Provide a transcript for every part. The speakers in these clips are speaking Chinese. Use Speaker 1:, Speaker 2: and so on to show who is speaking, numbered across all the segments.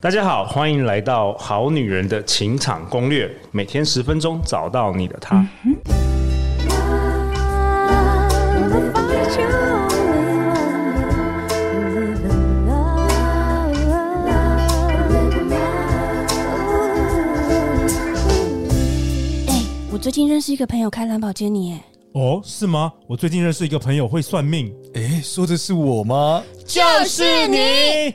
Speaker 1: 大家好，欢迎来到《好女人的情场攻略》，每天十分钟，找到你的他。
Speaker 2: 嗯
Speaker 3: Love that you only want. Live in love, live in love.
Speaker 4: 哎、我最近认识一个朋友开兰博基尼，哎，
Speaker 2: 哦，是吗？我最近认识一个朋友会算命，
Speaker 5: 哎，说的是我吗？
Speaker 2: 就是你，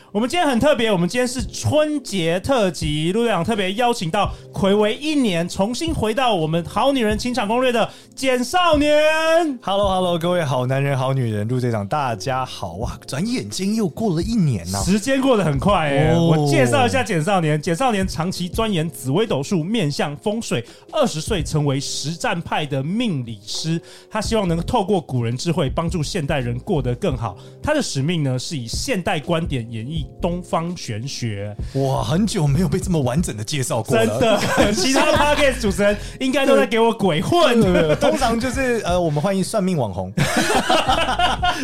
Speaker 2: 我们今天很特别，我们今天是春节特辑，陆队长特别邀请到暌违一年重新回到我们《好女人情场攻略》的简少年。
Speaker 5: Hello Hello，各位好男人、好女人，陆队长，大家好
Speaker 2: 啊
Speaker 5: 哇！转眼间又过了一年呐、
Speaker 2: 时间过得很快哎、
Speaker 5: 哦
Speaker 2: 我介绍一下简少年，简少年长期钻研紫微斗数、面相、风水，二十岁成为实战派的命理师。他希望能够透过古人智慧，帮助现代人过得更好。他的使命呢，是以现代观点演绎东方玄学。
Speaker 5: 哇，很久没有被这么完整的介绍过
Speaker 2: 真
Speaker 5: 了。
Speaker 2: 的， 其他 podcast 主持人应该都在给我鬼混。
Speaker 5: 呃通常就是呃，我们欢迎算命 网红，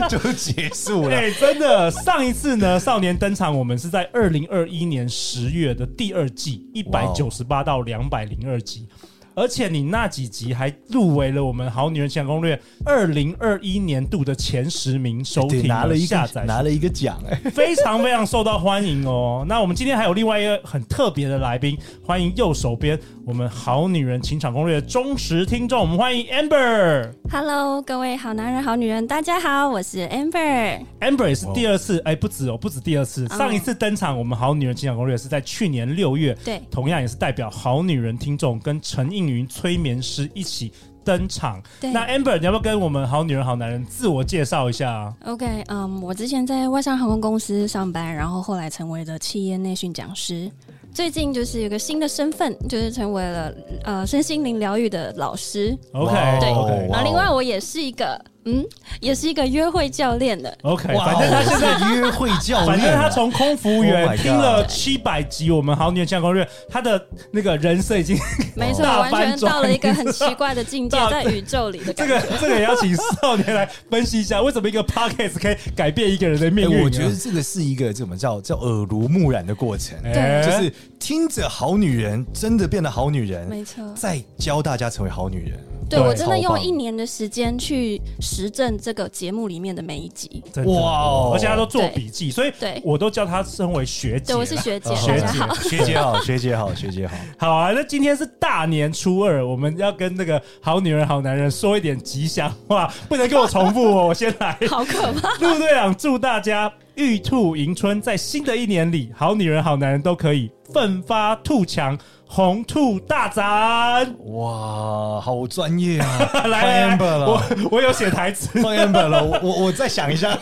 Speaker 5: 就结束了。
Speaker 2: 哎、真的，上一次呢，少年登场，我们是在二零二一年十月的第二季，一
Speaker 5: 哇
Speaker 2: 百
Speaker 5: 哦
Speaker 2: 九十八到两百零二集。而且你那几集还入围了我们《好女人情感攻略》二零二一年度的前十名收
Speaker 5: 哎对，
Speaker 2: 听、
Speaker 5: 拿了一
Speaker 2: 下
Speaker 5: 个
Speaker 2: 载
Speaker 5: 拿了一个奖哎、
Speaker 2: 非常非常受到欢迎哦。那我们今天还有另外一个很特别的来宾，欢迎右手边我们《好女人情场攻略》的忠实听众，我们欢迎 Amber。
Speaker 4: Hello，各位好男人、好女人，大家好，我是 Amber。
Speaker 2: Amber 也
Speaker 5: 哦
Speaker 2: 是第二次，哎、不止哦，不止第二次。
Speaker 4: 嗯
Speaker 2: 上一次登场，我们《好女人情感攻略》是在去年六月，
Speaker 4: 对
Speaker 2: 同样也是代表好女人听众跟陈映云催眠师一起登场。
Speaker 4: 对
Speaker 2: 那 Amber，你要不要跟我们好女人好男人自我介绍一下啊？
Speaker 4: OK，嗯、我之前在外商航空公司上班，然后后来成为了企业内训讲师。最近就是有个新的身份，就是成为了呃身心灵疗愈的老师。
Speaker 2: OK，
Speaker 4: 对
Speaker 5: 哦
Speaker 4: 然
Speaker 5: 哇
Speaker 4: 后另外我也是一个嗯，也是一个约会教练的。
Speaker 2: OK，
Speaker 5: 哇，
Speaker 2: 哎反正他现在。
Speaker 5: 是约会教练，啊
Speaker 2: 反正他从空服务
Speaker 5: Oh my
Speaker 2: 员
Speaker 5: God
Speaker 2: 听了七百集我们《好女人情感攻略》，他的那个人设已经
Speaker 5: 哦
Speaker 4: 没 错，
Speaker 2: 大
Speaker 4: 完
Speaker 2: 翻
Speaker 4: 全到了一个
Speaker 2: 转
Speaker 4: 很奇怪的境 界
Speaker 2: 大，
Speaker 4: 在宇宙里的
Speaker 2: 这
Speaker 4: 感觉。
Speaker 2: 个这个也要请少年来分析一下，为什么一个 podcast 可以改变一个人的命运、
Speaker 5: 哎
Speaker 2: 啊？
Speaker 5: 我觉得这个是一个怎么叫叫耳濡目染的过程，
Speaker 2: 哎
Speaker 5: 就是听着好女人真的变得好女人，
Speaker 4: 没错，
Speaker 5: 再教大家成为好女人。
Speaker 4: 对
Speaker 2: 对
Speaker 4: 我真的
Speaker 5: 超
Speaker 4: 用
Speaker 5: 棒
Speaker 4: 一年的时间去实证这个节目里面的每一 集。
Speaker 2: 真的
Speaker 5: 哇哦
Speaker 2: 而且他都做笔记，所以
Speaker 4: 对
Speaker 2: 我都叫他称为学姐
Speaker 4: 对，
Speaker 2: 啦。
Speaker 4: 我是学姐，
Speaker 2: 学
Speaker 4: 大
Speaker 2: 姐
Speaker 4: 家好。
Speaker 5: 学 姐好，学姐好，学姐好。
Speaker 2: 好啊，那今天是大年初二，我们要跟那个好女人、好男人说一点吉祥话，不能跟我重复哦。我先 来，
Speaker 4: 好可怕！
Speaker 2: 陆队长祝大家玉兔迎春，在新的一年里，好女人、好男人都可以奋发图强，红兔大展。
Speaker 5: 哇，好专业啊！
Speaker 2: 来来
Speaker 5: 放 amber
Speaker 2: 来，我
Speaker 5: 了，
Speaker 2: 我有写台词。
Speaker 5: 放 amber 了，我我我再想一下。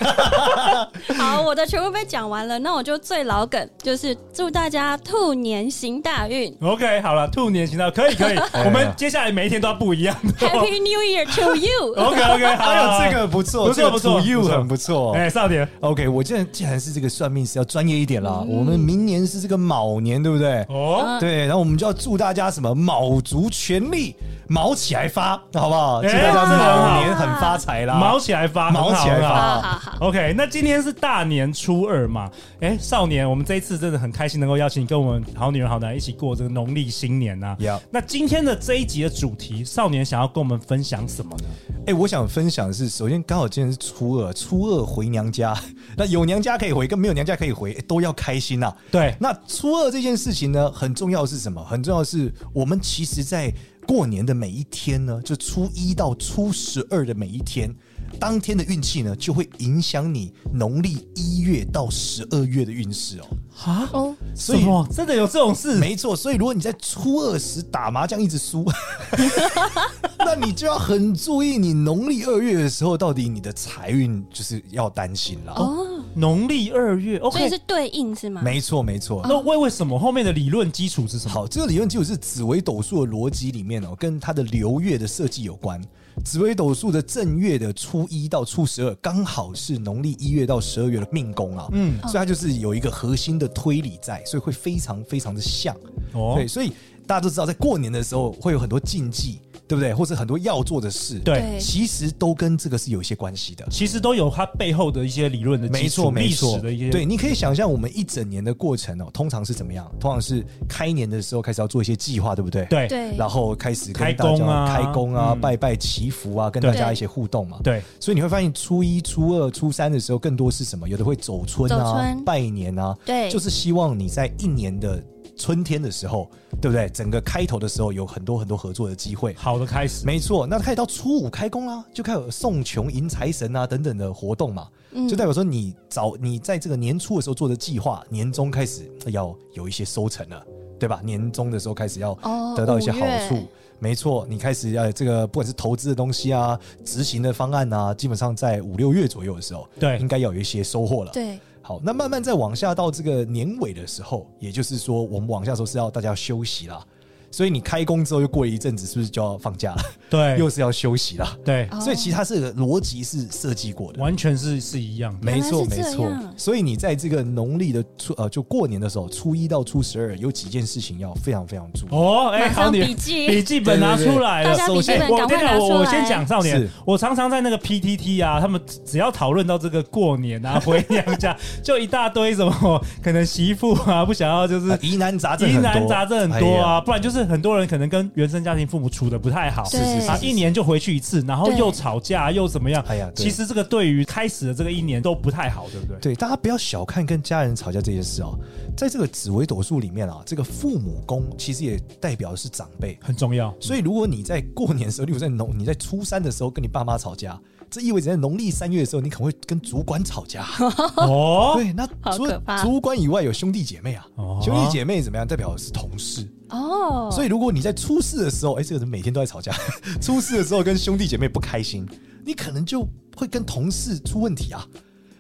Speaker 4: 好，我的全部被讲完了，那我就最老梗，就是祝大家兔年行大 运
Speaker 2: OK，好了，兔年行道可以可以，我们接下来每一天都要不一样的哦。
Speaker 4: 哎，Happy New Year to
Speaker 5: 哦
Speaker 4: you！
Speaker 2: OK OK，好
Speaker 5: 还
Speaker 2: 了，
Speaker 5: 哎有这个不错，
Speaker 2: 不错不错
Speaker 5: ，you
Speaker 2: 不错
Speaker 5: 很不错。
Speaker 2: 哎，少年，
Speaker 5: OK，我既然既然是这个算命师，要专业一点啦。我们明年是这个卯年，对不对？
Speaker 2: 哦，
Speaker 4: 嗯
Speaker 5: 对，然后我们就要祝大家什么卯足全力，卯起来发，好不好？
Speaker 2: 哎
Speaker 5: 祝大家
Speaker 2: 这个很好
Speaker 5: 卯年很发财啦！
Speaker 2: 毛起来发，
Speaker 5: 毛起来
Speaker 2: 很好
Speaker 5: 发
Speaker 2: 很好
Speaker 4: 好好好，
Speaker 2: OK，那今天是大年初二嘛？哎，少年，我们这一次真的很开心能够邀请你跟我们好女人好男人一起过这个农历新年呐、
Speaker 5: Yeah
Speaker 2: 那今天的这一集的主题，少年想要跟我们分享什么呢？
Speaker 5: 哎、我想分享的是，首先刚好今天是初二，初二回 娘家，那有娘家可以回，跟没有娘家可以回，哎都要开心呐、
Speaker 2: 对
Speaker 5: 那初二这件事情呢，很重要的是什么？很重要的是，我们其实在过年的每一天呢，就初一到初十二的每一天，当天的运气呢，就会影响你农历一月到十二月的运势哦。
Speaker 2: 啊，
Speaker 4: 哦，
Speaker 5: 所
Speaker 2: 什
Speaker 5: 以
Speaker 2: 么？真的有这种事？
Speaker 5: 没错，所以如果你在初二时打麻将一直输， 那你就要很注意你农历二月的时候，到底你的财运就是要担心了。
Speaker 2: 农历二月
Speaker 4: 所以
Speaker 2: ，OK
Speaker 4: 是。对应是吗？
Speaker 5: 没错，没错。
Speaker 2: 那为为什么后面的理论基础是什么？
Speaker 5: 好，这个理论基础是紫微斗数的逻辑里面哦，跟它的流月的设计有关。紫微斗数的正月的初一到初十二，刚好是农历一月到十二月的命宫啊，嗯，所以它就是有一个核心的推理在，所以会非常非常的像。
Speaker 2: 哦
Speaker 5: 对，所以大家都知道，在过年的时候会有很多禁忌，对不对？或是很多要做的事，
Speaker 2: 对
Speaker 4: 对，
Speaker 5: 其实都跟这个是有一些关系的。
Speaker 2: 其实都有它背后的一些理论的
Speaker 5: 没
Speaker 2: 基
Speaker 5: 错，
Speaker 2: 础，
Speaker 5: 没
Speaker 2: 历史
Speaker 5: 错，
Speaker 2: 的一些
Speaker 5: 对，你可以想象我们一整年的过程哦，通常是怎么样？通常是开年的时候开始要做一些计划，对不对？。
Speaker 2: 对
Speaker 4: 对，
Speaker 5: 然后开始
Speaker 2: 开
Speaker 5: 跟大
Speaker 2: 工
Speaker 5: 家
Speaker 2: 啊
Speaker 5: 开工啊、
Speaker 2: 嗯
Speaker 5: 拜拜、祈福啊，跟大
Speaker 2: 对
Speaker 5: 家一些互动嘛。。
Speaker 2: 对
Speaker 5: 所以你会发现，初一、初二、初三的时候，更多是什么？有的会走春
Speaker 4: 走
Speaker 5: 啊、
Speaker 4: 春
Speaker 5: 拜年啊，
Speaker 4: 对
Speaker 5: 就是希望你在一年的春天的时候，对不对？整个开头的时候有很多很多合作的机会。
Speaker 2: 好的开始，
Speaker 5: 没错，那开始到初五开工啦、啊就开始有送穷迎财神啊等等的活动嘛，
Speaker 4: 嗯
Speaker 5: 就代表说你早你在这个年初的时候做的计划，年终开始要有一些收成了，对吧？年终的时候开始要
Speaker 4: 哦
Speaker 5: 得到一些好处。
Speaker 4: 五月
Speaker 5: 没错，你开始要这个不管是投资的东西啊，执行的方案啊，基本上在五六月左右的时候，
Speaker 2: 对
Speaker 5: 应该要有一些收获了。
Speaker 4: 对，
Speaker 5: 好，那慢慢再往下到这个年尾的时候，也就是说，我们往下说是要大家要休息啦。所以你开工之后又过了一阵子，是不是就要放假了？
Speaker 2: 对
Speaker 5: 又是要休息啦。
Speaker 2: 对，
Speaker 4: 哦
Speaker 5: 所以其实它是逻辑是设计过的，
Speaker 2: 完全是是一样的。
Speaker 5: 没错
Speaker 4: 原来
Speaker 5: 没
Speaker 4: 是这
Speaker 5: 错
Speaker 4: 样。
Speaker 5: 所以你在这个农历的初呃，就过年的时候，初一到初十二有几件事情要非常非常注意。
Speaker 2: 哦，哎，
Speaker 4: 马
Speaker 2: 好，
Speaker 4: 上
Speaker 2: 你
Speaker 4: 笔记
Speaker 2: 笔记本拿出来了
Speaker 4: 大。家笔记
Speaker 2: 哎
Speaker 4: 本
Speaker 2: 我
Speaker 4: 赶
Speaker 2: 跟
Speaker 4: 快
Speaker 2: 你讲，
Speaker 4: 拿出
Speaker 2: 我
Speaker 4: 来。
Speaker 2: 我先讲少年
Speaker 5: 是，
Speaker 2: 我常常在那个 PTT 啊，他们只要讨论到这个过年啊、回娘家，就一大堆什么可能媳妇啊不想要就是
Speaker 5: 啊疑难杂症
Speaker 2: 疑
Speaker 5: 很多，
Speaker 2: 难杂症很多
Speaker 5: 哎
Speaker 2: 啊，
Speaker 5: 呀。
Speaker 2: 不然就是很多人可能跟原生家庭父母处的不太好，
Speaker 4: 是是是
Speaker 2: 啊，
Speaker 4: 是
Speaker 2: 一年就回去一次，然后
Speaker 4: 对
Speaker 2: 又吵架又怎么样？
Speaker 5: 哎呀对
Speaker 2: 其实这个对于开始的这个一年都不太好，对不对？
Speaker 5: 对，大家不要小看跟家人吵架这件事哦，在这个紫微斗数里面啊，这个父母宫其实也代表的是长辈，
Speaker 2: 很重 要。
Speaker 5: 所以如果你在过年的时候，例如在农你在初三的时候跟你爸妈吵架，这意味着在农历三月的时候，你可能会跟主管吵 架。
Speaker 2: 哦，
Speaker 5: 对，那
Speaker 4: 好
Speaker 5: 除
Speaker 4: 可
Speaker 5: 了
Speaker 4: 怕
Speaker 5: 主管以外有兄弟姐妹啊，
Speaker 2: 哦
Speaker 5: 兄弟姐妹怎么样？代表是同事。
Speaker 4: 哦，
Speaker 5: 所以如果你在初四的时候，哎、这个人每天都在吵架， 初四的时候跟兄弟姐妹不开心，你可能就会跟同事出问题啊。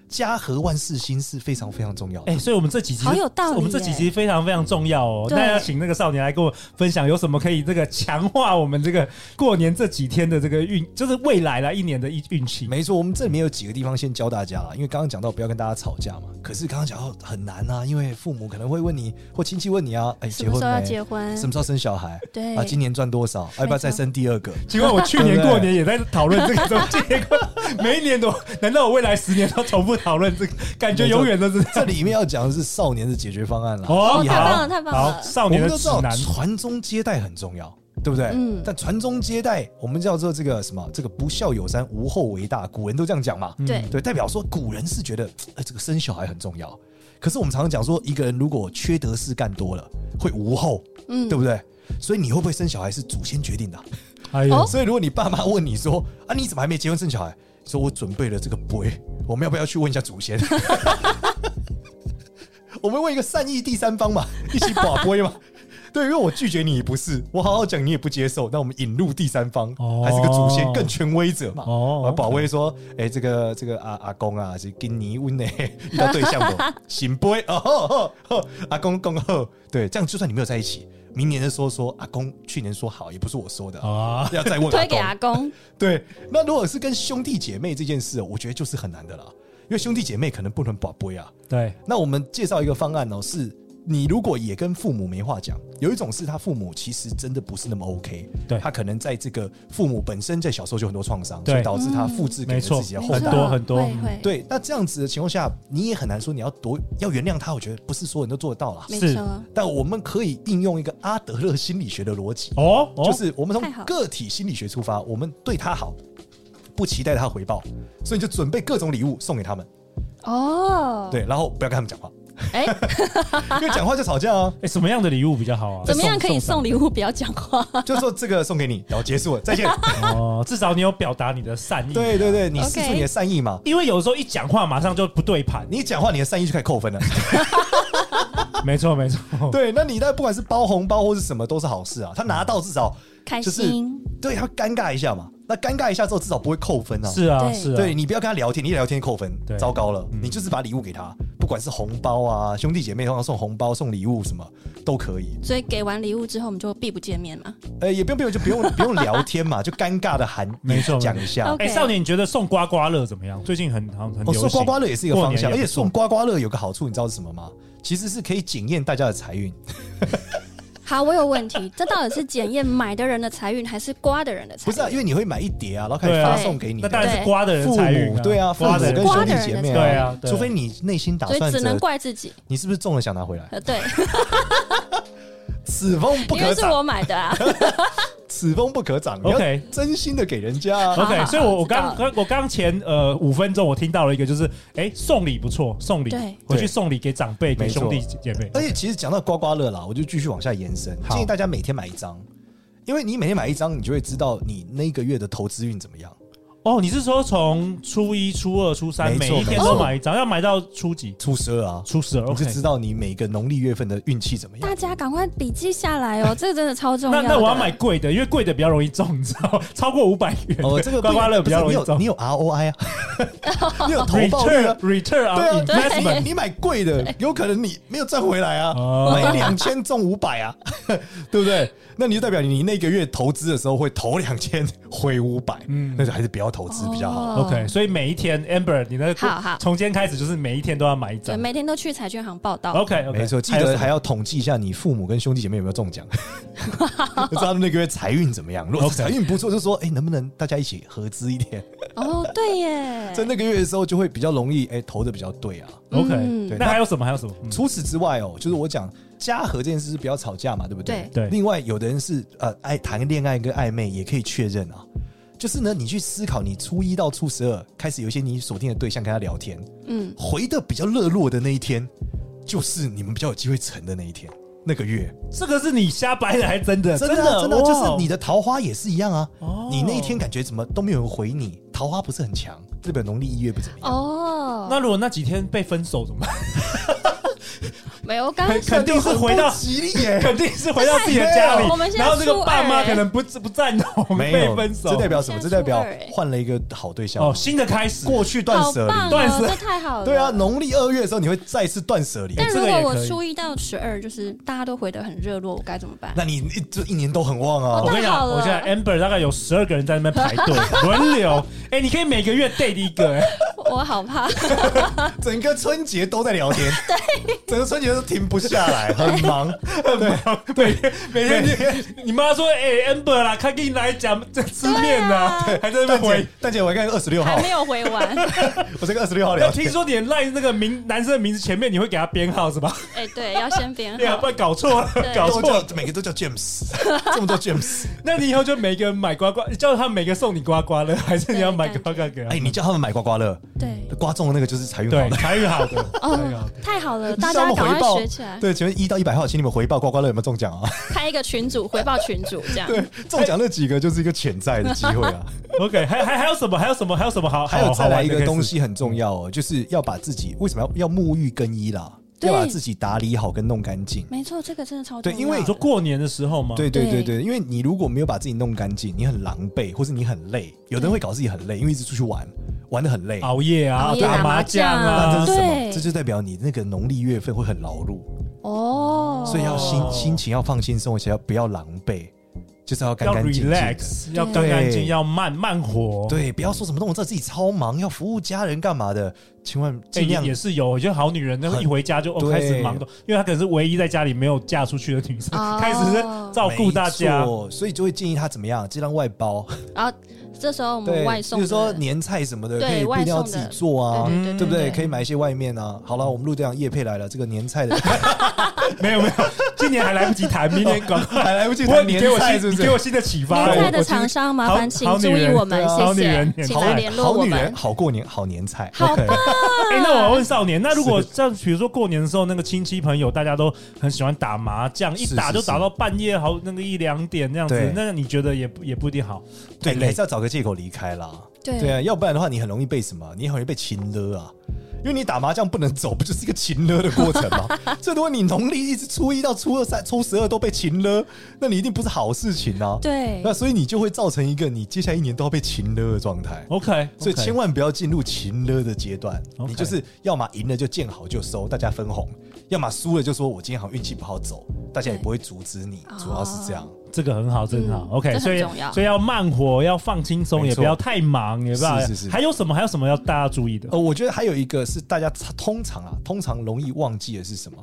Speaker 5: 家和万事兴是非常非常重要的。
Speaker 2: 哎、所以我们这几集
Speaker 4: 好有道理
Speaker 2: 我们这几集非常非常重要哦。
Speaker 4: 对
Speaker 2: 那要请那个少年来跟我分享，有什么可以这个强化我们这个过年这几天的这个运，就是未来来一年的运运气。
Speaker 5: 没错，我们这里面有几个地方先教大家啦，因为刚刚讲到不要跟大家吵架嘛。可是刚刚讲到很难啊，因为父母可能会问你，或亲戚问你啊，哎、
Speaker 4: 什
Speaker 5: 结
Speaker 4: 么
Speaker 5: 婚
Speaker 4: 时候要
Speaker 5: 没？
Speaker 4: 结婚
Speaker 5: 什么时候生小孩？
Speaker 4: 对
Speaker 5: 啊，今年赚多少？啊要不要再生第二个？
Speaker 2: 请问我去年
Speaker 5: 对不对
Speaker 2: 过年也在讨论这个东西，结果每一年都，难道我未来十年都重复讨论这个？感觉永远都是这
Speaker 5: 这
Speaker 2: 样。
Speaker 5: 里面要讲的是少年的解决方案啦。
Speaker 2: 哦，
Speaker 5: 厉
Speaker 4: 太
Speaker 5: 害
Speaker 4: 棒
Speaker 2: 好
Speaker 4: 了太棒
Speaker 2: 好，
Speaker 4: 了
Speaker 2: 少
Speaker 5: 我
Speaker 2: 年
Speaker 5: 们
Speaker 2: 的
Speaker 5: 都
Speaker 2: 指
Speaker 5: 知道
Speaker 2: 南，
Speaker 5: 传宗接代很重要，对不对？
Speaker 4: 嗯
Speaker 5: 但传宗接代，我们叫做这个什么？这个不孝有三，无后为大。古人都这样讲嘛。
Speaker 4: 对
Speaker 5: 对，代表说古人是觉得，哎，这个生小孩很重要。可是我们常常讲说，一个人如果缺德事干多了，会无后，
Speaker 4: 嗯
Speaker 5: 对不对？所以你会不会生小孩是祖先决定的啊、
Speaker 2: 哎呦
Speaker 4: 哦
Speaker 5: 所以如果你爸妈问你说，啊，你怎么还没结婚生小孩？说我准备了这个杯，我们要不要去问一下祖先？ 我们问一个善意第三方嘛，一起把杯嘛。对，因为我拒绝你不是，我好好讲你也不接受，那我们引入第三方，
Speaker 2: 哦
Speaker 5: 还是个祖先更权威者嘛？
Speaker 2: 哦
Speaker 5: 哦，保卫说，哎、这个这个阿阿公啊，是跟你问的，遇到对象不行不？哦吼吼吼阿公公后，对，这样就算你没有在一起，明年的时候说阿公去年说好，也不是我说的，
Speaker 2: 啊，
Speaker 5: 要再问
Speaker 4: 推给阿 公，
Speaker 5: 对，那如果是跟兄弟姐妹这件事，哦我觉得就是很难的啦，因为兄弟姐妹可能不能保杯啊。
Speaker 2: 对，
Speaker 5: 那我们介绍一个方案哦，是你如果也跟父母没话讲，有一种是他父母其实真的不是那么 OK，
Speaker 2: 对
Speaker 5: 他可能在这个父母本身在小时候就很多创伤，
Speaker 2: 对嗯
Speaker 5: 所以导致他复制
Speaker 2: 没
Speaker 5: 给了
Speaker 2: 错
Speaker 5: 自己的
Speaker 4: 没错
Speaker 5: 后代。
Speaker 2: 很多很多
Speaker 4: 会会，
Speaker 5: 对，那这样子的情况下，你也很难说你要多要原谅他，我觉得不是所有人都做得到啦。
Speaker 4: 没
Speaker 2: 是
Speaker 4: 错，
Speaker 5: 但我们可以应用一个阿德勒心理学的逻辑，
Speaker 2: 哦，哦
Speaker 5: 就是我们
Speaker 4: 太
Speaker 5: 从
Speaker 4: 好
Speaker 5: 个体心理学出发，我们对他好，不期待他回报，所以你就准备各种礼物送给他们，
Speaker 4: 哦，
Speaker 5: 对，然后不要跟他们讲话，
Speaker 4: 哎，
Speaker 5: 因为讲话就吵架啊。
Speaker 2: 哎，什么样的礼物比较好啊？
Speaker 4: 怎么样可以
Speaker 5: 送
Speaker 4: 送礼物？不要讲话。
Speaker 5: 就说这个送给你，然后结束了，再见。
Speaker 2: 哦，至少你有表达你的善意。啊
Speaker 5: 对对对，你
Speaker 4: OK
Speaker 5: 试出你的善意嘛。
Speaker 2: 因为有时候一讲话马上就不对盘。
Speaker 5: 你一讲话，你的善意就开始扣分了。
Speaker 2: 没错没错，
Speaker 5: 对，那你那不管是包红包或是什么，都是好事啊。他拿到至少
Speaker 4: 开
Speaker 5: 就是
Speaker 4: 心，
Speaker 5: 对他尴尬一下嘛。那尴尬一下之后，至少不会扣分啊。
Speaker 2: 是啊
Speaker 4: 对
Speaker 2: 是啊，
Speaker 5: 对你不要跟他聊天，你一聊天扣分
Speaker 2: 对，
Speaker 5: 糟糕了。你就是把礼物给他，不管是红包啊，兄弟姐妹通常送红包、送礼物什么都可以。
Speaker 4: 所以给完礼物之后，我们就必不见面嘛。
Speaker 5: 呃，也不用不用就不用不用聊 天嘛，就尴尬的喊
Speaker 2: 没错
Speaker 5: 讲一下。
Speaker 4: OK
Speaker 2: 哎，少年，你觉得送刮刮乐怎么样？最近很很很
Speaker 5: 哦，
Speaker 2: 流行。
Speaker 5: 送刮刮乐也是一个
Speaker 2: 过
Speaker 5: 方
Speaker 2: 年
Speaker 5: 向，
Speaker 2: 也
Speaker 5: 而
Speaker 2: 不
Speaker 5: 且
Speaker 2: 错
Speaker 5: 送刮刮乐有个好处，你知道是什么吗？其实是可以检验大家的财运。
Speaker 4: 好，我有问题， 这到底是检验买的人的财运，还是刮的人的财
Speaker 5: 不
Speaker 4: 运？
Speaker 5: 是啊，因为你会买一叠啊，然后开
Speaker 2: 对
Speaker 5: 始
Speaker 2: 啊
Speaker 5: 发送给你
Speaker 2: 那
Speaker 5: 的。
Speaker 2: 当然是刮的人
Speaker 5: 父
Speaker 2: 财运
Speaker 5: 母对啊，父母
Speaker 2: 刮的
Speaker 5: 跟
Speaker 2: 人
Speaker 4: 刮的
Speaker 5: 兄弟
Speaker 4: 人
Speaker 5: 姐
Speaker 4: 的
Speaker 5: 妹
Speaker 2: 对啊对啊
Speaker 5: 除非你内心打
Speaker 4: 所以
Speaker 5: 算
Speaker 4: 只
Speaker 5: 着
Speaker 4: 能，怪自己。
Speaker 5: 你是不是中了想拿回来？
Speaker 4: 呃，对，
Speaker 5: 此风不
Speaker 4: 因
Speaker 5: 可
Speaker 4: 为是我
Speaker 5: 长，
Speaker 4: 买的啊。
Speaker 5: 此风不可长。你
Speaker 2: OK
Speaker 5: 要真心的给人家啊。
Speaker 4: 好
Speaker 2: OK，
Speaker 4: 好
Speaker 2: 所以我我
Speaker 4: 知
Speaker 2: 刚
Speaker 4: 道
Speaker 2: 刚我刚前呃五分钟我听到了一个，就是哎送礼不错，送礼
Speaker 4: 对
Speaker 2: 回去送礼给长辈给
Speaker 5: 没错
Speaker 2: 兄弟姐妹，
Speaker 5: 而且其实讲到刮刮乐啦，我就继续往下延伸，
Speaker 2: 好
Speaker 5: 建议大家每天买一张，因为你每天买一张，你就会知道你那个月的投资运怎么样。
Speaker 2: 哦，你是说从初一、初二、初三
Speaker 5: 没
Speaker 2: 每
Speaker 5: 错
Speaker 2: 一天都买一张，要买到初几？
Speaker 5: 出十二啊，
Speaker 2: 初十二
Speaker 5: 你就
Speaker 2: OK。
Speaker 5: 知道你每个农历月份的运气怎 么样
Speaker 4: 大。家赶快笔记下来哦，这个真的超重
Speaker 2: 那
Speaker 4: 要。
Speaker 2: 那我要买。贵的，因为贵的比较容易中，你知道吗，超过五百元的。
Speaker 5: 哦，这个不
Speaker 2: 刮刮乐比较容易
Speaker 5: 不是
Speaker 2: 中。
Speaker 5: 你有你有 ROI 啊，你有投报率啊
Speaker 2: return。return
Speaker 5: 对
Speaker 2: on
Speaker 5: 啊，
Speaker 2: investment
Speaker 5: 你买你买贵的，有可能你没有赚回来啊
Speaker 2: 哦，
Speaker 5: 买两千中五百啊， 对不对？那你就代表你那个月投资的时候会投两千回五百，
Speaker 2: 嗯
Speaker 5: 嗯，那就还是不要投资比较好。
Speaker 2: OK，所以每一天 Amber，你的
Speaker 4: 哦好好
Speaker 2: 从今天开始就是每一天都要买一
Speaker 4: 对，
Speaker 2: 张。
Speaker 4: 每天都去财券行报道。
Speaker 2: OK OK，
Speaker 5: 没错，记
Speaker 2: 有什
Speaker 5: 得
Speaker 2: 么
Speaker 5: 还要统计一下你父母跟兄弟姐妹有没有 中奖，就知道他们那个月财运怎么样。如果
Speaker 2: OK
Speaker 5: 财运不错，就说哎，能不能大家一起合资一点？
Speaker 4: 哦，对耶，
Speaker 2: 哎
Speaker 5: 在那个月的时候就会比较容易哎投的比较对啊。
Speaker 4: 嗯
Speaker 2: OK，
Speaker 5: 对
Speaker 2: 那还有什么？还有什么？嗯
Speaker 5: 除此之外哦，就是我讲家和这件事是不要吵架嘛，对不对？
Speaker 2: 对对
Speaker 5: 另外，有的人是呃爱谈恋爱跟暧昧也可以确认啊，就是呢，你去思考你初一到初十二开始有一些你锁定的对象跟他聊天，
Speaker 4: 嗯，
Speaker 5: 回的比较热络的那一天，就是你们比较有机会成的那一天，那个月
Speaker 2: 这个是你瞎掰的还是真的？
Speaker 5: 真的啊真的啊
Speaker 2: 哇
Speaker 5: 就是你的桃花也是一样啊
Speaker 2: 哦，
Speaker 5: 你那一天感觉怎么都没有人回你，桃花不是很强，日本农历一月不怎么样。
Speaker 4: 哦，
Speaker 2: 那如果那几天被分手怎么 办？
Speaker 4: 没有，我刚刚
Speaker 2: 肯定是回到
Speaker 5: 很不吉利耶，
Speaker 2: 肯定是回到自己的家里
Speaker 4: 我们，现在哎
Speaker 2: 然后这个爸妈
Speaker 4: 初二
Speaker 2: 可能不不赞同，
Speaker 5: 没
Speaker 2: 被
Speaker 5: 有
Speaker 2: 分手
Speaker 5: 这。代表什么？这代表
Speaker 4: 现在初二欸
Speaker 5: 换了一个好对象
Speaker 2: 哦，新的开始。
Speaker 5: 过去断
Speaker 4: 好
Speaker 5: 舍
Speaker 4: 棒
Speaker 5: 离。
Speaker 2: 断
Speaker 4: 哦，
Speaker 2: 舍
Speaker 4: 这太好了。
Speaker 5: 对啊，。农历二月的时候你会再次断舍离，
Speaker 4: 但
Speaker 2: 哎这
Speaker 4: 如
Speaker 2: 个
Speaker 4: 果
Speaker 2: 也
Speaker 4: 我
Speaker 2: 可以
Speaker 4: 初一到十二，就是大家都回得很热络，我该怎么办？
Speaker 5: 那你一这一年都很旺
Speaker 2: 我
Speaker 5: 啊。
Speaker 2: 跟你
Speaker 4: 太
Speaker 2: 讲，
Speaker 4: 好了
Speaker 2: 我现在 Amber 大概有十二个人在那边排 队轮流。哎，你可以每个月 date 一个，哎，
Speaker 4: 我好怕。
Speaker 5: 整个春节都在聊 天，对，整个春节都停不下来，很忙，对，
Speaker 2: 每天每天你你妈说，哎，Amber 啦，快给你来讲这吃面呐，
Speaker 4: 啊
Speaker 2: 还在那边
Speaker 5: 蛋姐
Speaker 2: 回。，
Speaker 5: 蛋姐，我刚二十六号
Speaker 4: 还没，有回 完。
Speaker 5: 我在跟二十六号
Speaker 2: 那
Speaker 5: 聊
Speaker 2: 听
Speaker 5: 天。
Speaker 2: 说你的 line 那个名男生的名字前面你会给他编号是吧？
Speaker 4: 哎、对，要先编
Speaker 2: 对啊，
Speaker 4: 号
Speaker 2: 不。然搞错了，
Speaker 4: 对
Speaker 2: 搞
Speaker 5: 都
Speaker 2: 错了。
Speaker 5: 叫每个都 叫 James，这么多 James，
Speaker 2: 那你以后就每个人买刮刮，叫他们每个送你刮刮乐， 还是你要买刮刮给他们？
Speaker 5: 哎，你叫他们买刮刮乐，
Speaker 4: 对，
Speaker 5: 刮中的那个就是财运好
Speaker 2: 嗯对
Speaker 5: 的。
Speaker 2: 财运好的，财运好
Speaker 4: 哦
Speaker 2: 的，
Speaker 4: 太好了，
Speaker 5: 你
Speaker 4: 大
Speaker 5: 叫
Speaker 4: 家
Speaker 5: 他们
Speaker 4: 赶
Speaker 5: 回
Speaker 4: 快
Speaker 5: 报
Speaker 4: 学起来，
Speaker 5: 对，请问一到一百号，请你们回报刮刮乐有没有中奖啊？
Speaker 4: 开一个群组回报群组这样。
Speaker 5: 对， 中奖那几个就是一个潜在的机 会啊。
Speaker 2: OK，还还还有什么？还有什么？还有什么好？
Speaker 5: 还有
Speaker 2: 好
Speaker 5: 再来一个东，
Speaker 2: 好玩的可以试
Speaker 5: 西很重要
Speaker 2: 嗯
Speaker 5: 哦，就是要把自己为什么要要沐浴更衣啦，
Speaker 4: 对
Speaker 5: 要把自己打理好跟弄干净。
Speaker 4: 没错，这个真的超重
Speaker 5: 对
Speaker 4: 要。
Speaker 5: 因为
Speaker 2: 你说过年的时候吗？
Speaker 5: 对对对
Speaker 4: 对
Speaker 5: 对，因为你如果没有把自己弄干净，你很狼狈，或是你很累。有的人会搞自己很累，因为一直出去玩，玩的很累。
Speaker 2: 熬夜啊，
Speaker 4: 熬夜
Speaker 2: 打
Speaker 4: 打
Speaker 2: 麻
Speaker 4: 麻
Speaker 2: 将
Speaker 5: 那
Speaker 2: 啊
Speaker 5: 这，是什么？
Speaker 4: 对
Speaker 5: 这就代表你那个农历月份会很劳碌，
Speaker 4: 哦，
Speaker 5: 所以要心心情要放轻松，而且要不要狼狈，就是要干
Speaker 2: 要
Speaker 5: 干净净的。
Speaker 2: relax，要干干净，要慢慢活。
Speaker 5: 对，不要说什么弄这自己超忙，要服务家人干嘛的，千万
Speaker 2: 哎，
Speaker 5: 尽量
Speaker 2: 也是有，我觉得好女人，那
Speaker 5: 很
Speaker 2: 一回家就哦
Speaker 5: 对
Speaker 2: 开始忙的，因为她可能是唯一在家里没有嫁出去的女生，
Speaker 4: 哦
Speaker 2: 开始是照顾大家
Speaker 5: 没。错所以就会建议他怎么样，尽量外包，
Speaker 4: 然后这时候我
Speaker 5: 对
Speaker 4: 们嗯外送
Speaker 5: 比
Speaker 4: 的，
Speaker 5: 如说年菜什么的，
Speaker 4: 对
Speaker 5: 可以不一定要自己做啊，
Speaker 4: 对对对
Speaker 5: 对 不对？可以买一些外面啊。好了，我们陆队长叶配来了，这个年菜的
Speaker 2: 没有没有，今年还来不及谈，明 年搞。
Speaker 5: 还来不及
Speaker 2: 我
Speaker 5: 谈
Speaker 2: 你
Speaker 5: 年
Speaker 2: 给我
Speaker 5: 菜是
Speaker 2: 新，
Speaker 5: 不
Speaker 2: 你
Speaker 5: 是？
Speaker 2: 给我新的启发。
Speaker 4: 年
Speaker 2: 我
Speaker 5: 哦
Speaker 4: 菜的
Speaker 2: 我今
Speaker 4: 厂商，麻烦请
Speaker 2: 好好
Speaker 4: 注
Speaker 2: 女
Speaker 4: 意
Speaker 2: 人
Speaker 4: 我们，
Speaker 2: 对啊好
Speaker 4: 谢
Speaker 2: 女人
Speaker 4: 谢，请
Speaker 2: 好
Speaker 4: 来
Speaker 2: 女
Speaker 4: 联络
Speaker 5: 好
Speaker 4: 我
Speaker 5: 女
Speaker 4: 们
Speaker 5: 人，。好过年，好年菜。
Speaker 4: 好
Speaker 5: OK
Speaker 2: 哎、
Speaker 4: 嗯
Speaker 2: 那我问少年，那如果像比如说过年的时候，那个亲戚朋友大家都很喜欢打麻将，一
Speaker 5: 是
Speaker 2: 打
Speaker 5: 是
Speaker 2: 就是打到半夜好那个一两点这样子
Speaker 5: 对，
Speaker 2: 那你觉得也不也不一定好，太
Speaker 5: 对，哎你
Speaker 2: 累
Speaker 5: 还是要找个借口离开啦。
Speaker 4: 对
Speaker 5: 对啊，要不然的话，你很容易被什么？你很容易被情勒啊。因为你打麻将不能走，不就是一个情勒的过程吗？ 这如果你农历一直初一到初二、三、初十二都被情勒，那你一定不是好事情啊。
Speaker 4: 对
Speaker 5: 那所以你就会造成一个你接下来一年都要被情勒的状态。
Speaker 2: 哦？OK，
Speaker 5: 所以千
Speaker 2: 万
Speaker 5: 万不要进入情勒的阶段
Speaker 2: OK
Speaker 5: 你就是要么赢了就见好就收，大家分红；要么输了就说我今天好像运气不好走，大家也
Speaker 4: 对
Speaker 5: 不会阻止你，主要是这样。
Speaker 2: 这个很好，这个很好。
Speaker 4: 嗯
Speaker 2: OK，
Speaker 4: 这很
Speaker 2: 所以
Speaker 4: 重要
Speaker 2: 所以要慢活，要放轻松，
Speaker 5: 没错
Speaker 2: 也不要太忙，也不要。
Speaker 5: 是是是
Speaker 2: 还有什么？还有什么要大家注意的
Speaker 5: 呃，？我觉得还有一个是大家通常啊，通常容易忘记的是什么？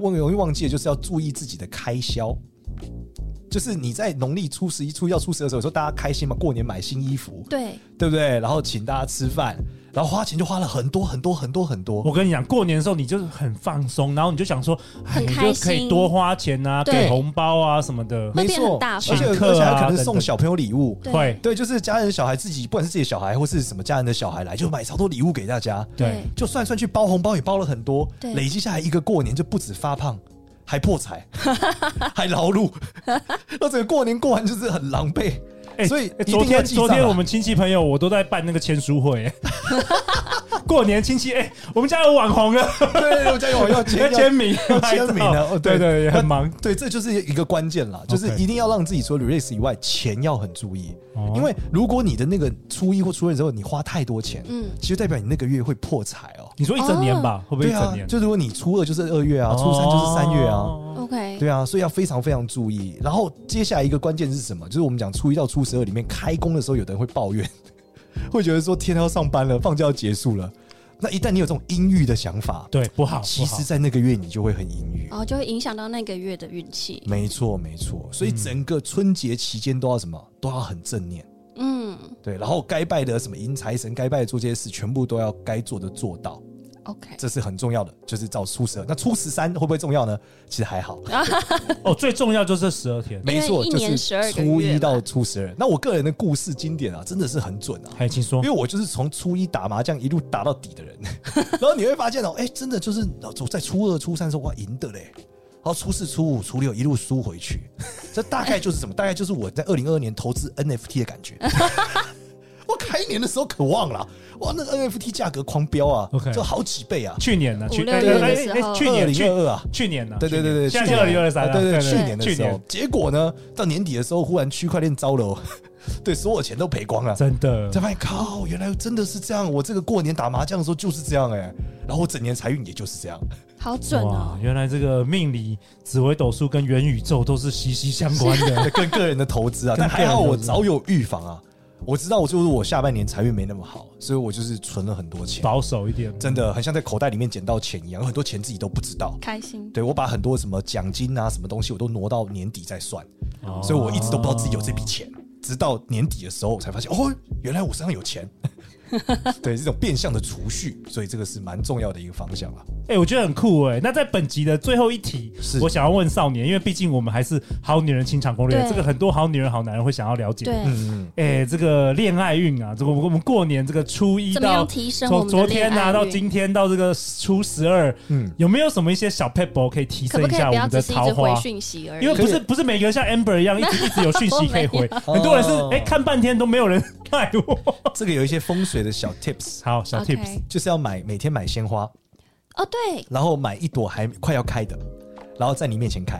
Speaker 5: 忘容易忘记的就是要注意自己的开销。就是你在农历初十一、初一到初十二的时候，有时候大家开心嘛，过年买新衣服，
Speaker 4: 对，
Speaker 5: 对不对？然后请大家吃饭，然后花钱就花了很多很多很多很
Speaker 2: 我
Speaker 5: 多。
Speaker 2: 跟你讲，过年的时候你就是很放松，然后你就想说，哎，
Speaker 4: 很
Speaker 2: 你
Speaker 4: 开
Speaker 2: 就
Speaker 4: 心
Speaker 2: 可以多花钱啊，
Speaker 4: 对
Speaker 2: 给红包啊什么的，
Speaker 4: 会
Speaker 5: 没
Speaker 4: 变
Speaker 5: 错
Speaker 4: 很大
Speaker 5: 而
Speaker 4: 方
Speaker 5: 且
Speaker 2: 请客啊
Speaker 5: 而且还可能
Speaker 2: 等
Speaker 5: 是
Speaker 2: 等
Speaker 5: 送小朋友礼物，
Speaker 4: 对
Speaker 2: 会
Speaker 5: 对，就是家人的小孩自己，不管是自己的小孩或是什么家人的小孩来，就买超多礼物给大家。
Speaker 2: 对
Speaker 5: 就算算去包红包也包了很多，
Speaker 4: 对
Speaker 5: 累积下来一个过年就不止发胖，还破财， 还劳碌， 那整个过年过完就是很狼狈。
Speaker 2: 哎
Speaker 5: 所以
Speaker 2: 哎
Speaker 5: 一
Speaker 2: 昨
Speaker 5: 定要
Speaker 2: 天
Speaker 5: 记账
Speaker 2: 昨
Speaker 5: 啊
Speaker 2: 天我们亲戚朋友我都在办那个签书会， 哎过年亲戚哎，我们家有网红了，
Speaker 5: 对，我 家有要签
Speaker 2: 要签名啊
Speaker 5: 要签名
Speaker 2: 拍
Speaker 5: 的
Speaker 2: 照，
Speaker 5: 哦
Speaker 2: 对对也很忙。
Speaker 5: 那对，这就是一个关键啦，就是
Speaker 2: OK
Speaker 5: 一定要让自己除了 release 以外，钱要很注意
Speaker 2: 哦，
Speaker 5: 因为如果你的那个初一或初二之后你花太多钱，
Speaker 4: 嗯
Speaker 5: 其实代表你那个月会破财哦。
Speaker 2: 你说一整年吧，会不会一
Speaker 5: 对
Speaker 2: 整
Speaker 5: 啊
Speaker 2: 年，？
Speaker 5: 就如果你初二就是二月啊，初三就是三月啊。
Speaker 2: 哦。
Speaker 4: ，OK，
Speaker 5: 对啊，所以要非常非常注意。然后接下来一个关键是什么？就是我们讲初一到初十二里面开工的时候，有的人会抱怨， 会觉得说天要上班了，放假要结束了。那一旦你有这种阴郁的想法，
Speaker 2: 对，不好，嗯
Speaker 5: 其
Speaker 2: 不好
Speaker 5: 实，在那个月你就会很阴郁。
Speaker 4: 然后哦就会影响到那个月的运气。
Speaker 5: 没错，没错。所以整个春节期间都要什么？都要很正念。
Speaker 4: 嗯
Speaker 5: 对，然后该拜的什么迎财神，该拜的做这些事，全部都要该做的做到，
Speaker 4: ，OK，
Speaker 5: 这是很重要的。就是到初十二，那初十三会不会重要呢？其实还好。
Speaker 2: 哦，最重要就是十二天。
Speaker 5: 没错，
Speaker 4: 因
Speaker 5: 就
Speaker 4: 为一年
Speaker 5: 是
Speaker 4: 12个
Speaker 5: 初
Speaker 4: 月
Speaker 5: 一
Speaker 4: 嘛
Speaker 5: 到初十二。那我个人的故事经典啊，真的是很准啊。
Speaker 2: 哎，请说
Speaker 5: 因为。我就是从初一打麻将一路打到底的人， 然后你会发现哦，哎、真的就是我在初二、初三的时候我赢的嘞，然后初四、初五、初六一路输回去， 这大概就是什么？大概就是我在二零二二年投资 NFT 的感觉。 我开年的时候渴望啦，哇，那个 NFT 价格狂飙啊
Speaker 2: OK
Speaker 5: 就好几倍啊，
Speaker 2: 去年呢？去
Speaker 4: 五
Speaker 2: 哎
Speaker 4: 六
Speaker 5: 月
Speaker 2: 哎
Speaker 4: 的时
Speaker 2: 哎
Speaker 4: 候
Speaker 2: 去年去
Speaker 5: 2022啊
Speaker 2: 去年呢？
Speaker 5: 对对
Speaker 2: 去
Speaker 5: 对
Speaker 2: 年
Speaker 5: 对，
Speaker 2: 现在
Speaker 5: 去
Speaker 2: 是二零
Speaker 5: 年啊
Speaker 2: 二三了。
Speaker 5: 对对，
Speaker 2: 对，
Speaker 5: 去年的
Speaker 2: 去
Speaker 5: 时候
Speaker 2: 年，
Speaker 5: 结果呢，到年底的时候，忽然区块链糟了哦， 对，所有钱都赔光了。
Speaker 2: 真的
Speaker 5: 才发现靠，原来真的是这样。我这个过年打麻将的时候就是这样哎、然后我整年财运也就 是这样。
Speaker 4: 好准
Speaker 5: 啊
Speaker 4: 哦。
Speaker 2: 原来这个命理、紫微斗数跟元宇宙都是息息相关 的。
Speaker 5: 跟个人的投资啊，
Speaker 2: 跟
Speaker 5: 但还
Speaker 2: 个
Speaker 5: 好
Speaker 2: 人投
Speaker 5: 我
Speaker 2: 资
Speaker 5: 早有预防啊。我知道，我就是我下半年财运没那么好，所以我就是存了很多钱，
Speaker 2: 保守一点，
Speaker 5: 真的很像在口袋里面捡到钱一样，有很多钱自己都不知道。
Speaker 4: 开心，
Speaker 5: 对我把很多什么奖金啊、什么东西，我都挪到年底再算，
Speaker 2: 哦
Speaker 5: 所以我一直都不知道自己有这笔钱，直到年底的时候我才发现，哦，原来我身上有钱。 对，这种变相的储蓄，所以这个是蛮重要的一个方向啊。
Speaker 2: 哎、我觉得很酷哎、那在本集的最后一题
Speaker 5: 是，
Speaker 2: 我想要问少年，因为毕竟我们还是《好女人情场攻略》，
Speaker 4: 对
Speaker 2: 这个很多好女人、好男人会想要了解。
Speaker 4: 对，，
Speaker 5: 嗯，
Speaker 2: 哎、这个恋爱运啊，这个我们过年这个初一
Speaker 4: 怎么样
Speaker 2: 到
Speaker 4: 提升我
Speaker 2: 从
Speaker 4: 们
Speaker 2: 昨
Speaker 4: 的
Speaker 2: 天
Speaker 4: 恋爱
Speaker 2: 啊
Speaker 4: 运
Speaker 2: 到今天到这个初十二，嗯
Speaker 5: 嗯，
Speaker 2: 有没有什么一些小 p e b b l 可以提
Speaker 4: 可
Speaker 2: 升
Speaker 4: 不
Speaker 2: 一
Speaker 4: 可以
Speaker 2: 下
Speaker 4: 不
Speaker 2: 我
Speaker 4: 要
Speaker 2: 们的
Speaker 4: 只是一
Speaker 2: 桃
Speaker 4: 直回
Speaker 2: 花？
Speaker 4: 讯息而已
Speaker 2: 因为？不是不是每个人像 Amber 一样一直一直有讯息可以回，
Speaker 5: 有
Speaker 2: 很多人是
Speaker 5: 哦
Speaker 2: 哎、看半天都没有人 赖我。
Speaker 5: 这个有一些风水的小 tips，
Speaker 2: 好，小
Speaker 4: OK
Speaker 2: tips，
Speaker 5: 就是要买每天买鲜花，
Speaker 4: 哦，对，
Speaker 5: 然后买一朵还快要开的，然后在你面前开。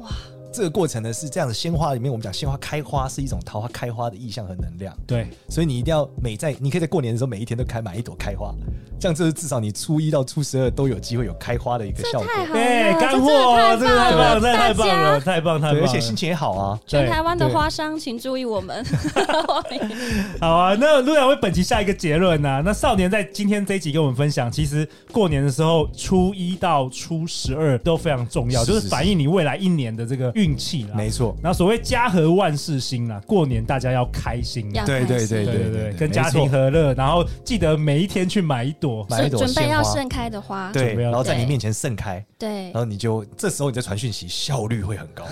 Speaker 4: 哇
Speaker 5: 哇，这个过程呢是这样的，鲜花里面我们讲鲜花开花是一种桃花开花的意象和能量，
Speaker 2: 对，
Speaker 5: 所以你一定要每在你可以在过年的时候每一天都开买一朵开花，这样就是至少你初一到初十二都有机会有开花的一个效果。
Speaker 4: 太好了，
Speaker 2: 哎、干货哦，这
Speaker 4: 这真
Speaker 2: 个
Speaker 4: 的
Speaker 2: 太
Speaker 4: 太
Speaker 2: 棒了，这个太
Speaker 4: 棒
Speaker 2: 棒了，
Speaker 4: 大家
Speaker 2: 太棒太棒
Speaker 5: 对，
Speaker 2: 了，
Speaker 5: 而且心情也好啊。
Speaker 4: 全台湾的
Speaker 5: 对
Speaker 4: 花商，请注意我们。
Speaker 2: 好啊，那陆阳为本集下一个结论呢、那少年在今天这一集跟我们分享，其实过年的时候，初一到初十二都非常重要，
Speaker 5: 是是
Speaker 2: 就是反映你未来一年的这个运气啦。
Speaker 5: 没错
Speaker 2: 然后所谓家和万事兴啦，过年大家要开心啊。
Speaker 4: 要
Speaker 5: 对对对
Speaker 2: 对对
Speaker 5: 对
Speaker 2: 对，
Speaker 5: 对，
Speaker 2: 跟家庭
Speaker 5: 没错
Speaker 2: 和乐，然后记得每一天去买一朵朵，
Speaker 5: 买一朵
Speaker 4: 准备
Speaker 5: 鲜
Speaker 4: 要
Speaker 5: 花
Speaker 4: 盛开的花，
Speaker 5: 对，
Speaker 2: 准备要
Speaker 5: 然后在你
Speaker 4: 对
Speaker 5: 面前盛开，
Speaker 4: 对
Speaker 5: 然后你就这时候你再传讯息，效率会很高。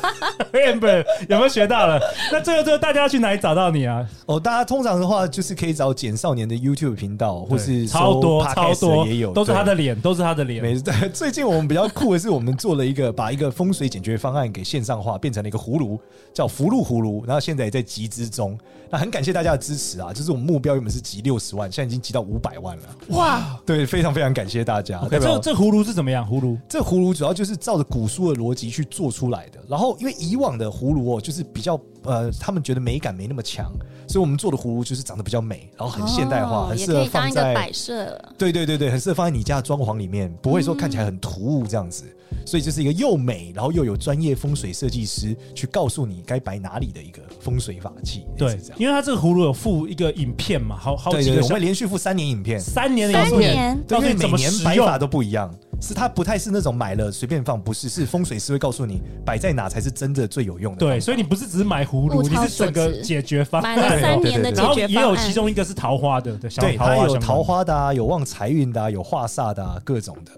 Speaker 2: Amber 有没有学到了？那最后最后大家要去哪里找到你啊？
Speaker 5: 哦，大家通常的话就是可以找简少年的 YouTube 频道，或是
Speaker 2: 对超多
Speaker 5: 搜 podcast
Speaker 2: 超多
Speaker 5: 也有，
Speaker 2: 都是他的
Speaker 5: 对。
Speaker 2: 脸，都是他的脸。
Speaker 5: 每次 最近我们比较酷的是，我们做了一个把一个风水解决方案给线上化，变成了一个葫芦，叫福禄葫芦。然后现在也在集资中，那很感谢大家的支持啊！就是我们目标原本是集六十万，现在已经集到五百万了，
Speaker 2: 哇，
Speaker 5: 对，非常非常感谢大家。代表
Speaker 2: 这这葫芦是怎么样？葫芦
Speaker 5: 这葫芦主要就是照着古书的逻辑去做出来的。然后，因为以往的葫芦哦，就是比较呃，他们觉得美感没那么强，所以我们做的葫芦就是长得比较美，然后很现代化，
Speaker 4: 哦
Speaker 5: 很
Speaker 4: 也
Speaker 5: 适
Speaker 4: 可
Speaker 5: 合
Speaker 4: 以当
Speaker 5: 放
Speaker 4: 一个
Speaker 5: 在
Speaker 4: 摆设。
Speaker 5: 对对对对，很适合放在你家的装潢里面，不会说看起来很突兀这样子。所以就是一个又美，然后又有专业风水设计师去告诉你该摆哪里的一个风水法器。类
Speaker 2: 对
Speaker 5: 似这，样。
Speaker 2: 因为他这个葫芦有附一个影片嘛，好好
Speaker 5: 对
Speaker 2: 几
Speaker 5: 对
Speaker 2: 个
Speaker 5: 对，我
Speaker 2: 小
Speaker 5: 们连续附三年影片，
Speaker 2: 三年的
Speaker 4: 三
Speaker 2: 影片，
Speaker 4: 年
Speaker 2: 告
Speaker 5: 对，
Speaker 2: 诉
Speaker 5: 因为
Speaker 2: 你
Speaker 5: 每
Speaker 2: 怎么
Speaker 5: 年
Speaker 2: 使
Speaker 5: 摆
Speaker 2: 用
Speaker 5: 法都不一样，是它不太是那种买了随便放，不是，是风水师会告诉你摆在哪才是真的最有用的。
Speaker 2: 对，所以你不是只是买葫芦，
Speaker 4: 物
Speaker 2: 你
Speaker 4: 超
Speaker 2: 是整
Speaker 4: 所
Speaker 2: 个
Speaker 4: 值
Speaker 2: 解决方
Speaker 4: 买了
Speaker 2: 案，
Speaker 4: 三年的
Speaker 5: 对对对
Speaker 4: 解
Speaker 2: 然后
Speaker 4: 决
Speaker 2: 也
Speaker 4: 方
Speaker 2: 有
Speaker 4: 案，
Speaker 2: 其中一个是桃花的，对，小
Speaker 5: 对，
Speaker 2: 桃
Speaker 5: 它
Speaker 2: 花
Speaker 5: 有
Speaker 2: 相
Speaker 5: 桃
Speaker 2: 关
Speaker 5: 花的啊，有旺财运的啊，有化煞的啊，各种的。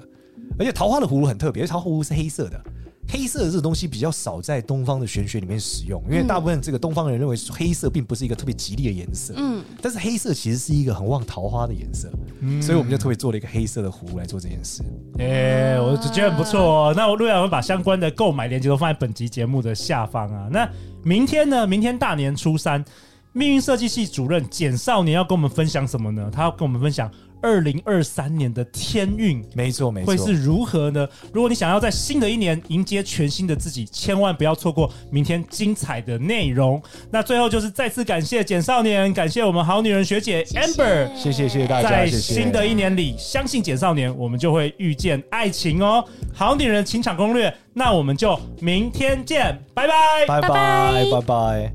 Speaker 5: 而且桃花的葫芦很特别，因为桃花葫芦是黑色的，黑色的这个东西比较少在东方的玄学里面使用，因为大部分这个东方人认为黑色并不是一个特别吉利的颜色。嗯，但是黑色其实是一个很旺桃花的颜色，
Speaker 2: 嗯
Speaker 5: 所以我们就特别做了一个黑色的葫芦来做这件事。
Speaker 2: 哎、
Speaker 4: 啊
Speaker 2: 我觉得很不错哦。那我陆阳会把相关的购买链接都放在本集节目的下方啊。那明天呢？明天大年初三，命运设计系主任简少年要跟我们分享什么呢？他要跟我们分享二零二三年的天运。
Speaker 5: 没错，没错，
Speaker 2: 会是如何呢？如果你想要在新的一年迎接全新的自己，千万不要错过明天精彩的内容。那最后就是再次感谢简少年，感谢我们好女人学姐 Amber，
Speaker 5: 谢谢谢谢大家，
Speaker 2: 在
Speaker 5: 谢谢
Speaker 2: 新的一年里，相信简少年，我们就会遇见爱情哦。好女人情场攻略，那我们就明天见，拜拜。
Speaker 5: 拜拜拜拜。